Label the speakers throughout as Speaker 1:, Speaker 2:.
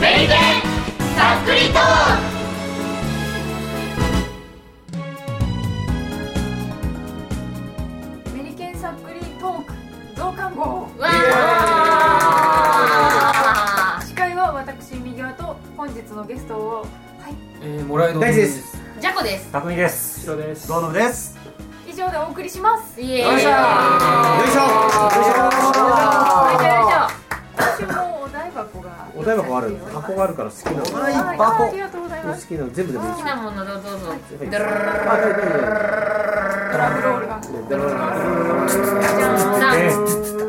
Speaker 1: メリケンさっくりトー
Speaker 2: メリケンさっくりトーク増刊号
Speaker 1: クわー
Speaker 2: 司会は私右輪と本日のゲストをはい
Speaker 3: えー、もらいの
Speaker 4: 大地です。
Speaker 1: ジャコです
Speaker 4: たくみです。
Speaker 3: 後ろです
Speaker 4: どうもです。
Speaker 2: 以上でお送りします
Speaker 1: イエーイ
Speaker 3: よいしょ
Speaker 4: よいし
Speaker 2: よい
Speaker 4: ょ。
Speaker 2: しょ
Speaker 4: よいしょ。
Speaker 2: よいしょ今週もお台箱が
Speaker 4: お台箱ある。箱があるから好きなの。お台
Speaker 2: はいありがとうございま
Speaker 4: 好
Speaker 2: す
Speaker 4: きなの全部でもいい
Speaker 1: 好きなものどうぞどうぞ
Speaker 4: はい
Speaker 1: ドゥルルルルル
Speaker 4: あ、大丈
Speaker 2: ドラムロールが
Speaker 1: じゃ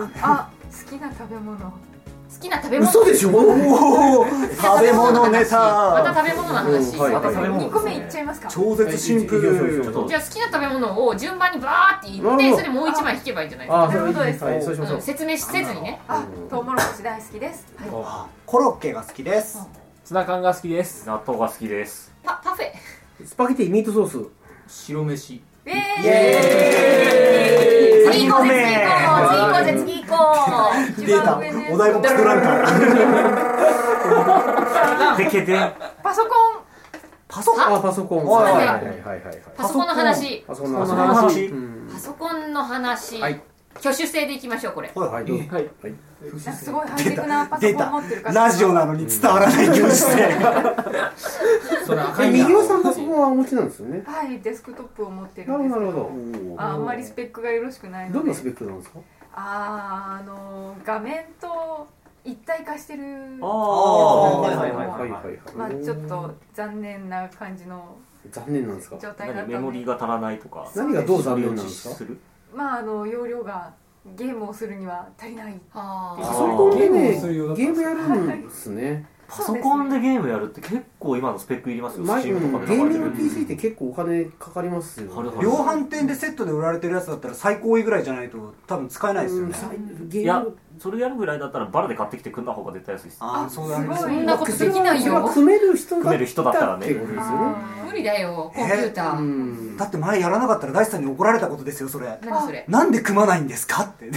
Speaker 1: んな
Speaker 2: あ好きな食べ物
Speaker 1: 好きな食べ物
Speaker 4: 嘘でしょ。おお。食べ物ネ
Speaker 1: また
Speaker 4: タ。
Speaker 1: 食べ物の話、
Speaker 4: うんはい
Speaker 3: また食べ物
Speaker 2: 2個目いっちゃいますか
Speaker 4: 超絶シンプル。ちょっと
Speaker 1: じゃあ好きな食べ物を順番にバーって言っ
Speaker 4: な
Speaker 1: て
Speaker 4: るほど
Speaker 1: それでもう一枚引けばいいんじゃないですか
Speaker 3: あ
Speaker 2: ということです
Speaker 3: はい、そうしましょ
Speaker 1: う、
Speaker 3: うん
Speaker 1: 説明しせずにね
Speaker 2: あトウモロコシ大好きですはい
Speaker 4: コロッケが好きです。
Speaker 3: ツナ缶が好きです
Speaker 5: 納豆が好きです
Speaker 1: パパフェ
Speaker 4: スパゲティミートソース。
Speaker 3: 白飯
Speaker 2: イ
Speaker 4: イ
Speaker 2: エ
Speaker 4: エーイ
Speaker 1: 次行こうぜ次行こうぜ
Speaker 2: ーイ
Speaker 4: 出た。お台箱作らんから。
Speaker 5: でけで
Speaker 2: パソコン
Speaker 4: パソコン。あ、パソコン。はいはいはいはいはい。
Speaker 1: パソコンの話
Speaker 4: パソコンの
Speaker 3: パソコンの
Speaker 4: 話。
Speaker 3: 話
Speaker 4: うん
Speaker 1: パソコンの話、
Speaker 3: はい
Speaker 1: 挙手制でいきましょうこれ
Speaker 4: はいはいどうぞ。
Speaker 3: はい
Speaker 2: なんかすごいハイテクなパソコン持ってる方
Speaker 4: ラジオなのに伝わらない気持ち で。
Speaker 3: それ赤
Speaker 4: え、
Speaker 3: い
Speaker 4: 右
Speaker 3: な
Speaker 4: 尾さんパソコンはお持ちなんですよね。
Speaker 2: はいデスクトップを持って
Speaker 4: な
Speaker 2: る
Speaker 4: る
Speaker 2: ん
Speaker 4: ほ
Speaker 2: で
Speaker 4: ど
Speaker 2: す
Speaker 4: なるほど。
Speaker 2: ああんまりスペックがよろしくないので
Speaker 4: どんなスペックなんですか。
Speaker 2: あーあの画面と一体化してる
Speaker 4: は
Speaker 2: はいい
Speaker 4: は
Speaker 2: はいい
Speaker 4: は
Speaker 2: はいい
Speaker 4: は
Speaker 2: はいいまあちょっと残念な感じの
Speaker 4: 残念なんですか。
Speaker 2: 状態だった
Speaker 5: 何
Speaker 2: んで
Speaker 5: メモリーが足らないとか
Speaker 4: 何がどう残
Speaker 5: それを
Speaker 4: 念なん
Speaker 5: 実
Speaker 4: です
Speaker 5: 施
Speaker 4: か
Speaker 5: す。る
Speaker 2: まああの容量がゲームをするには足りない
Speaker 1: あ
Speaker 4: パ
Speaker 5: パ
Speaker 1: ー
Speaker 4: ソ
Speaker 5: ソ
Speaker 4: コ
Speaker 5: コ
Speaker 4: ンで
Speaker 5: ン
Speaker 3: で
Speaker 4: ね
Speaker 3: ね
Speaker 4: ゲームやるんですね。
Speaker 5: パソコンでゲームやるって結構今のスペックいりますよ
Speaker 4: ま
Speaker 5: Steam とか
Speaker 4: ゲ
Speaker 5: で
Speaker 4: ーミ
Speaker 5: 流れて
Speaker 4: ン
Speaker 5: る
Speaker 4: グ PC って結構お金かかりますよね。
Speaker 5: はるはる
Speaker 6: 量販店でセットで売られてるやつだったら最高位ぐらいじゃないと多分使えないですよ
Speaker 4: うん
Speaker 6: ね
Speaker 4: さ
Speaker 5: い
Speaker 4: ゲー
Speaker 5: や
Speaker 4: ム。
Speaker 5: それやるぐらいだったらバラで買ってきてくんだ方が絶対安いです
Speaker 6: ああそうだね
Speaker 2: す
Speaker 1: そ
Speaker 2: ごい
Speaker 1: んなことできない
Speaker 4: それは
Speaker 1: よ
Speaker 4: 組める人だ
Speaker 5: 組める人だったらね
Speaker 4: ってことですよね。
Speaker 2: あ
Speaker 1: 無理だよコンピュータ
Speaker 4: う
Speaker 1: ー、
Speaker 4: ん。
Speaker 6: だって前やらなかったら大地さんに怒られたことですよそれ
Speaker 1: 何それ
Speaker 6: なんで組まないんですかって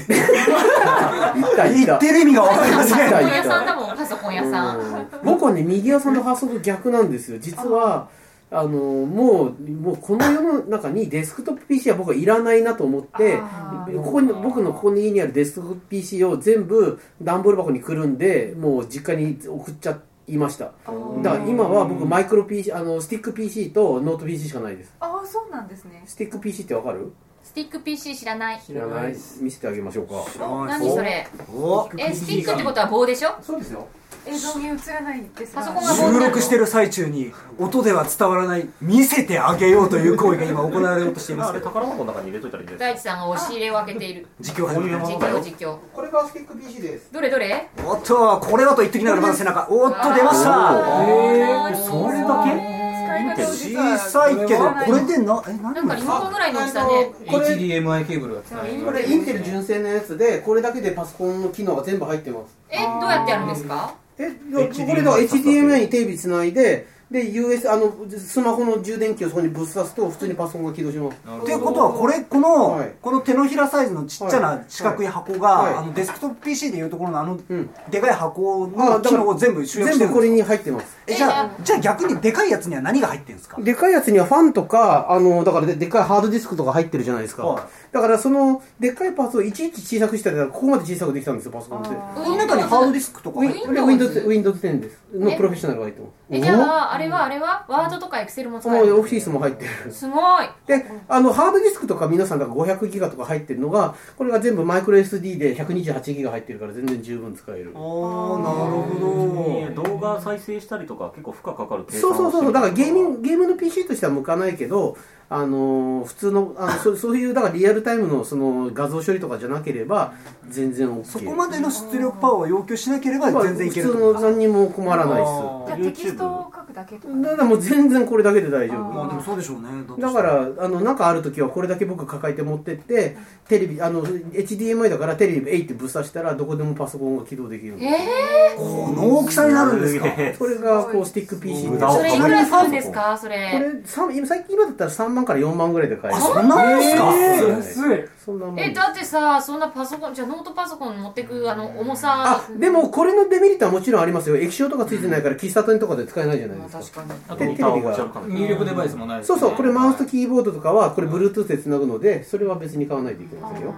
Speaker 4: 一体
Speaker 6: 言ってる意味が分かりません
Speaker 4: あ
Speaker 1: パ
Speaker 4: 痛
Speaker 1: ソコ
Speaker 4: い
Speaker 1: ン屋さんだもんパソコン屋さん
Speaker 4: うん僕はね右屋さんの発想と逆なんですよ実はあのもうもうこの世の中にデスクトップ PC は僕はいらないなと思って
Speaker 2: あ
Speaker 4: ここに僕のここに家にあるデスクトップ PC を全部段ボール箱にくるんでもう実家に送っちゃいました
Speaker 2: ー
Speaker 4: だから今は僕マイクロ PC あのスティック PC とノート PC しかないです
Speaker 2: ああそうなんですね
Speaker 4: スティック PC ってわかる
Speaker 1: スティック PC 知らない
Speaker 3: 知らないです
Speaker 4: 見せてあげましょうか
Speaker 1: お 何それ
Speaker 6: お
Speaker 1: えスティックってことは棒でしょ
Speaker 3: そうですよ
Speaker 2: 映像に映らないですが
Speaker 1: パソコンが棒
Speaker 6: 収録してる最中に音では伝わらない見せてあげようという行為が今行われようとしていま
Speaker 5: あ
Speaker 6: すけ
Speaker 5: れ
Speaker 6: ど
Speaker 5: 宝箱の中に入れといたらいいんじゃない
Speaker 1: 大地さんが押し入れを開けている
Speaker 6: 実況始めます
Speaker 1: 実
Speaker 5: そうだ
Speaker 1: 況
Speaker 5: よ
Speaker 1: 実況
Speaker 3: これがスティック PC です
Speaker 1: どれどれ
Speaker 6: おっとこれはと言っときながらまだ背中おっと出まし
Speaker 5: お
Speaker 6: た
Speaker 5: ー
Speaker 1: え
Speaker 5: それだけ
Speaker 2: 使い方を実は
Speaker 6: 小さいけどこれでなえ
Speaker 1: な
Speaker 6: 何
Speaker 1: んか
Speaker 6: で
Speaker 1: リ
Speaker 6: す
Speaker 1: モ
Speaker 6: か
Speaker 1: コンぐらいの大きさね
Speaker 3: HDMI ケーブルがつながる
Speaker 4: これインテル純正のやつでこれだけでパソコンの機能が全部入ってます
Speaker 1: えどうやってやるんですか
Speaker 4: え、いやこれだ HDMI にテレビつないで、で、US、あの、スマホの充電器をそこにぶっ刺すと、普通にパソコンが起動します。
Speaker 6: っていうことはこれこの、
Speaker 4: はい
Speaker 6: この手のひらサイズのちっちゃな四角い箱が、
Speaker 4: はいはい
Speaker 6: あのデスクトップ PC でいうところのあの、
Speaker 4: うん
Speaker 6: でかい箱
Speaker 4: あ
Speaker 6: の機能を全部集約し
Speaker 4: 全
Speaker 6: てる
Speaker 4: 部
Speaker 6: んで
Speaker 4: これ
Speaker 6: すか
Speaker 4: に入ってます。
Speaker 6: えじゃあじゃあ逆にでかいやつには何が入ってるんですか
Speaker 4: でかいやつにはファンとか、あの、だからででっかいハードディスクとか入ってるじゃないですか。
Speaker 6: はい
Speaker 4: だからその、でっかいパーツをいちいち小さくしたら、ここまで小さくできたんですよ、パソコンって。
Speaker 1: こ
Speaker 6: この中にハードディスクとか
Speaker 4: ウ
Speaker 6: 入
Speaker 4: ィ
Speaker 6: ってる
Speaker 4: これ Windows, Windows 10です。のプロフェッショナルが入ってます。
Speaker 1: えじゃああれはあれはワードとかエクセルも
Speaker 4: お
Speaker 1: 使え
Speaker 4: もうオ
Speaker 1: る
Speaker 4: フィスも入ってる。
Speaker 1: すごい
Speaker 4: で、あの、ハードディスクとか皆さんだから500ギガとか入ってるのが、これが全部マイクロ SD で128ギガ入ってるから全然十分使える。
Speaker 6: あーなるほ
Speaker 5: えー動画再生したりとか結構負荷かかる計算
Speaker 4: そ
Speaker 5: を
Speaker 4: うそうそうそう、だからゲーミン
Speaker 5: グ
Speaker 4: グ、ゲームの PC としては向かないけど、あのー普通の、あ のそそういう、だからリアルタイムのその画像処理とかじゃなければ、全然 OK。
Speaker 6: そこまでの出力パワーを要求しなければ
Speaker 4: まあ
Speaker 6: 全然いける
Speaker 4: 普通の何にも困らないっ
Speaker 6: あ
Speaker 2: じゃあテキストを書くだけとか
Speaker 4: だからもう全然これだけで大丈
Speaker 2: あー
Speaker 6: まあ
Speaker 4: 夫
Speaker 6: でもそうでしょうね。って
Speaker 4: だからあのなんかある時はこれだけ僕抱えて持ってってテレビあの HDMI だからテレビえいってぶっ刺したらどこでもパソコンが起動できるの
Speaker 1: え
Speaker 6: この大きさになるんですか。
Speaker 5: げえ
Speaker 4: それがこうスティック PC
Speaker 5: 無
Speaker 4: で
Speaker 5: 駄
Speaker 1: ー、
Speaker 5: を
Speaker 1: そ
Speaker 4: こ
Speaker 1: れいくらするんですかそれ
Speaker 4: れさん今最近今だったら3万から4万ぐらいで買え
Speaker 6: あ
Speaker 4: る
Speaker 6: そんなんですか。
Speaker 4: ー
Speaker 7: 安い
Speaker 4: そんなもん
Speaker 1: えだってさそんなパソコンじゃあノートパソコン持ってくあの重さ
Speaker 4: あでもこれのデメリットはもちろんありますよ液晶とかついてないから喫茶店とかで使えないじゃない
Speaker 1: まあ
Speaker 4: ですか
Speaker 1: 確かに
Speaker 5: あと歌を持ち歩かない
Speaker 3: 入力デバイスもないです
Speaker 4: そ
Speaker 3: ね
Speaker 4: うそうこれマウスとキーボードとかはこれ Bluetooth でつなぐのでそれは別に買わないといけませんよ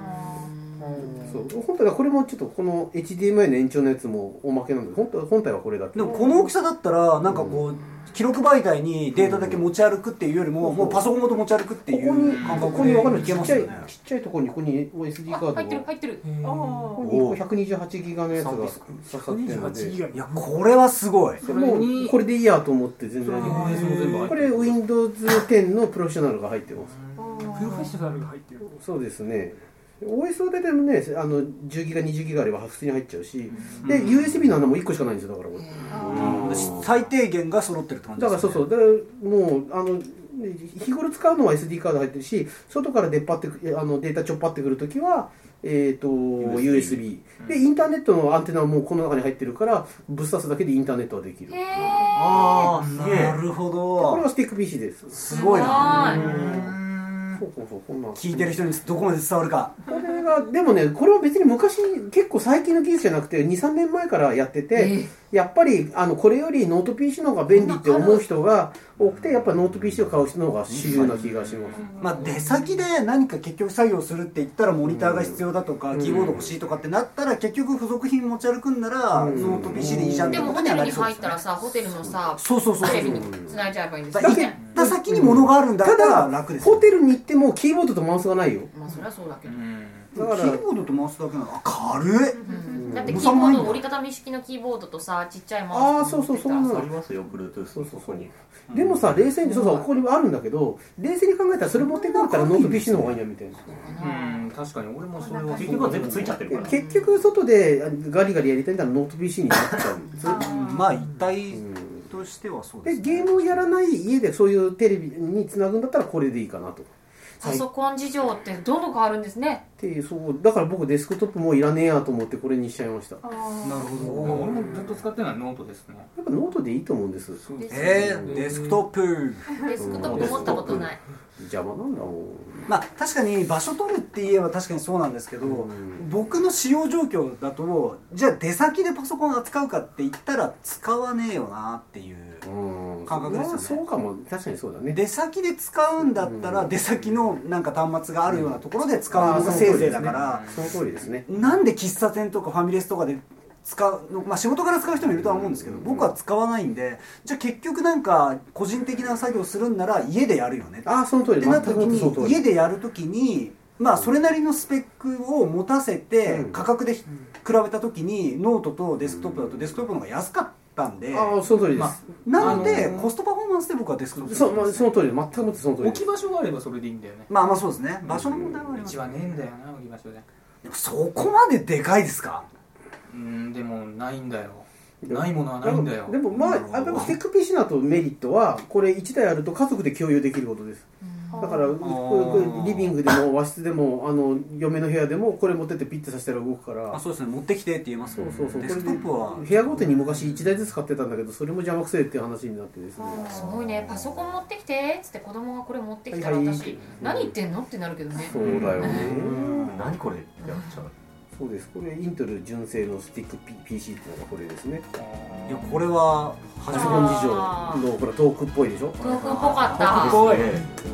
Speaker 4: そう本体はこれもちょっとこの HDMI の延長のやつもおまけなので本体本体はこれだけ
Speaker 6: でもこの大きさだったらなんかこう。記録媒体にデータだけ持ち歩くっていうよりも、
Speaker 4: うん
Speaker 6: もうパソコンごと持ち歩くって
Speaker 4: こ
Speaker 6: い
Speaker 4: こに
Speaker 6: う感
Speaker 4: こ
Speaker 6: 覚
Speaker 4: こに
Speaker 6: で
Speaker 4: 分かる
Speaker 6: い
Speaker 4: ち
Speaker 6: け
Speaker 4: っ
Speaker 6: ま
Speaker 4: ち
Speaker 6: す
Speaker 4: ゃい
Speaker 6: よね。
Speaker 4: ちっちゃいところにここに OSD カ
Speaker 1: あ入って
Speaker 4: ード
Speaker 1: る
Speaker 4: が
Speaker 1: 入ってる
Speaker 4: こ
Speaker 2: あ
Speaker 4: こにこう128ギガのやつが刺さってるの
Speaker 7: 28ギ
Speaker 4: で
Speaker 7: ガ
Speaker 6: いやこれはすごい。
Speaker 3: それ
Speaker 4: も
Speaker 3: に
Speaker 4: うこれでいいやと思って全
Speaker 3: そ
Speaker 4: 然
Speaker 3: れに OS も全部入ってる
Speaker 4: これ Windows 10のプロフェッショナルが入ってます
Speaker 7: プロフェッショナルが入ってる
Speaker 4: そうですね OS は大体ねあの10ギガ20ギガあれば普通に入っちゃうし、で USB の穴も1個しかないんですよだからこれ
Speaker 6: 最低限が揃ってるって感じ
Speaker 4: だ
Speaker 6: です、ね、
Speaker 4: からそうそうだからもうあのね日頃使うのは SD カード入ってるし外から出っ張ってくあのデータちょっぱってくるときは、えー、と USB, でインターネットのアンテナはもうこの中に入ってるからぶっ刺すだけでインターネットはできるで
Speaker 5: ああすげ
Speaker 6: な
Speaker 5: え
Speaker 6: るほ
Speaker 4: こ
Speaker 6: ど
Speaker 4: れはスティック PC です
Speaker 6: すごいな
Speaker 1: すごい
Speaker 4: そうそうそうこんな
Speaker 6: 聞いてる人にどこまで伝わるか
Speaker 4: これがでもねこれは別に昔結構最近の技術じゃなくて23年前からやってて、やっぱりあのこれよりノート PC の方が便利って思う人が多くてやっぱノート PC を買う人の方が主流な気がします、
Speaker 6: まあ出先で何か結局作業するって言ったらモニターが必要だとか、
Speaker 4: うん
Speaker 6: キーボード欲しいとかってなったら結局付属品持ち歩くんなら、
Speaker 4: うん
Speaker 6: ノート PC でいいじゃんって
Speaker 1: でも
Speaker 6: こ
Speaker 1: ホ
Speaker 6: とに
Speaker 1: テル
Speaker 6: はな
Speaker 1: に
Speaker 6: りそう
Speaker 1: 入
Speaker 6: で
Speaker 1: っ
Speaker 6: す
Speaker 1: た
Speaker 6: ね
Speaker 1: らさホテルのさ
Speaker 6: そうそうそう
Speaker 1: テレ
Speaker 6: そ
Speaker 1: ビ
Speaker 6: う
Speaker 1: に繋いじゃえばいいんです
Speaker 6: だから
Speaker 1: よ
Speaker 6: 行
Speaker 1: ね
Speaker 6: った先に物があるんだったたら
Speaker 4: だ
Speaker 6: 楽です
Speaker 4: ホ
Speaker 6: よ
Speaker 4: テルに行ってもキーボードとマウスがないよ
Speaker 1: まあそれはそうだけ
Speaker 3: う
Speaker 1: ど、
Speaker 3: ん
Speaker 6: キ
Speaker 4: だから
Speaker 6: ーボードとマウスだけなのあ軽い
Speaker 1: うんだってキーボード折りたたみ式のキーボードとさちっちゃいマウス
Speaker 4: あーそうそうそんな
Speaker 5: あ
Speaker 4: の
Speaker 5: りますよ Bluetooth のここに
Speaker 4: でもさ冷静にそうそうここにもあるんだけど冷静に考えたらそれ持ってくるからノート PC の方がいいなみたいな
Speaker 3: うん確かに俺もそれは
Speaker 5: 結局は全部ついちゃってるから
Speaker 4: 結局外でガリガリやりたいならノート PC になっちゃうんですよ
Speaker 6: まあ一体
Speaker 4: うん
Speaker 6: としてはそうで、
Speaker 4: ですゲームをやらない家でそういうテレビにつなぐんだったらこれでいいかなと
Speaker 1: パソコン事情ってどんどん変わるんですね
Speaker 4: っていうそうだから僕デスクトップもういらねえやと思ってこれにしちゃいましたやっ
Speaker 6: なる
Speaker 3: 俺
Speaker 6: ほど
Speaker 3: もずっと使ってるのはノートですね
Speaker 4: ぱノートでいいと思うんです
Speaker 6: えー、デスクトップ
Speaker 1: デスクトップ持ったことない
Speaker 4: 邪魔なんだもん
Speaker 6: まあ確かに場所取るって言えば確かにそうなんですけど、
Speaker 4: うん
Speaker 6: 僕の使用状況だとじゃあ出先でパソコン扱うかって言ったら使わねえよなっていう
Speaker 4: うん
Speaker 6: 感覚ですよね
Speaker 4: まあそうかも確かにそうだね
Speaker 6: 出先で使うんだったら出先のなんか端末があるようなところで使うのがせいぜいだから、
Speaker 4: その通りですね
Speaker 6: なんで喫茶店とかファミレスとかで使うの、まあ、仕事から使う人もいるとは思うんですけど僕は使わないんでじゃあ結局なんか個人的な作業するんなら家でやるよね
Speaker 4: ああその通
Speaker 6: っ
Speaker 4: り
Speaker 6: てな
Speaker 4: 全
Speaker 6: っ
Speaker 4: く
Speaker 6: た時
Speaker 4: 本当その通
Speaker 6: に
Speaker 4: り
Speaker 6: 家でやる時にまあそれなりのスペックを持たせて
Speaker 4: うん
Speaker 6: 価格で比べた時にノートとデスクトップだとデスクトップの方が安かったんで
Speaker 4: ああその通りです、
Speaker 3: まあ
Speaker 6: なの
Speaker 3: あ
Speaker 6: で
Speaker 3: のー
Speaker 6: コストパフォーマンスで僕はデスクトップ
Speaker 4: そうまあ、その通りです全くもってその通り
Speaker 3: 置
Speaker 4: で
Speaker 3: き
Speaker 4: す
Speaker 3: 場所があればそれでいいんだよね
Speaker 6: まあまあそうですね場所の問題はありま
Speaker 3: う
Speaker 6: す
Speaker 3: ちはねえんだよな置き場所で
Speaker 6: でもそこまででかいですか
Speaker 3: うんでもないんだよないものはないんだよ
Speaker 4: でもまあ
Speaker 6: なるほど
Speaker 4: あでもテック PC の後メリットはこれ1台あると家族で共有できることですだからこれこれリビングでも和室でもあの嫁の部屋でもこれ持ってってピッてさせたら動くから
Speaker 6: あそうですね持ってきてって言います
Speaker 4: そ
Speaker 6: もん
Speaker 4: う
Speaker 6: ね
Speaker 4: そうそう
Speaker 6: デスクトップは
Speaker 4: 部屋ごとに昔1台ずつ買ってたんだけどそれも邪魔くせえっていう話になってですね
Speaker 1: すごいねパソコン持ってきてっつって子供がこれ持ってきたら
Speaker 4: はいはい
Speaker 1: 私何言ってんのってなるけどね
Speaker 4: そうだよね
Speaker 5: 何これってやっちゃう
Speaker 4: そうですこれイントル純正のスティック P- PC っていうのがこれですね
Speaker 6: いやこれは
Speaker 4: パ
Speaker 6: 初
Speaker 4: ソ
Speaker 6: め
Speaker 4: コン事情のほらトークっぽいでしょ
Speaker 1: 豆腐っぽかっ
Speaker 7: あ
Speaker 1: た
Speaker 7: 怖い
Speaker 5: ね
Speaker 4: す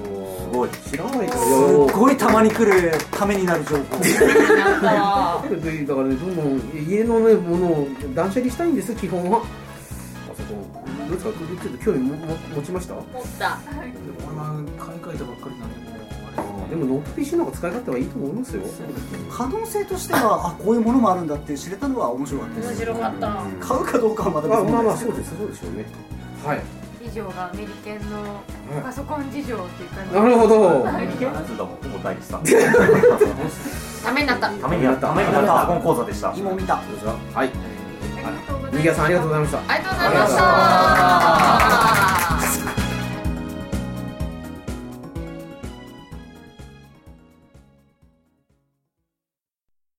Speaker 5: ごい
Speaker 4: 知らないから
Speaker 6: てすごいたまに来るためになる情報
Speaker 1: なんか
Speaker 4: だからね、どんどん家のね、ものを断捨離したいんです、基本は。あそこ、どうですか、ちょっと興味もも持ちましたで
Speaker 1: 持った
Speaker 3: 俺は買い替えたばっかりなんでもうあれですね
Speaker 4: もノート PC の方が使い勝手はいいと思いますよ。
Speaker 6: 可能性としてはあこういうものもあるんだって知れたのは面白かったで
Speaker 1: 面
Speaker 6: す
Speaker 1: 白かった
Speaker 6: 買うかどうかはまた
Speaker 4: まあまあまあ、
Speaker 6: ですけ
Speaker 4: そう
Speaker 6: ど
Speaker 4: です、そうでしょうね。はい。
Speaker 2: 以上がアメリカンのパソコン事情っていう感じ
Speaker 4: なるほど。
Speaker 5: やつだもんほぼ第一 さ
Speaker 1: ダメになった
Speaker 5: ためになったためになったパソコン講座でした
Speaker 6: 今見た
Speaker 4: はい。
Speaker 2: ありがとうございます
Speaker 4: 新ギさん、ありがとうございました。
Speaker 1: ありがとうございました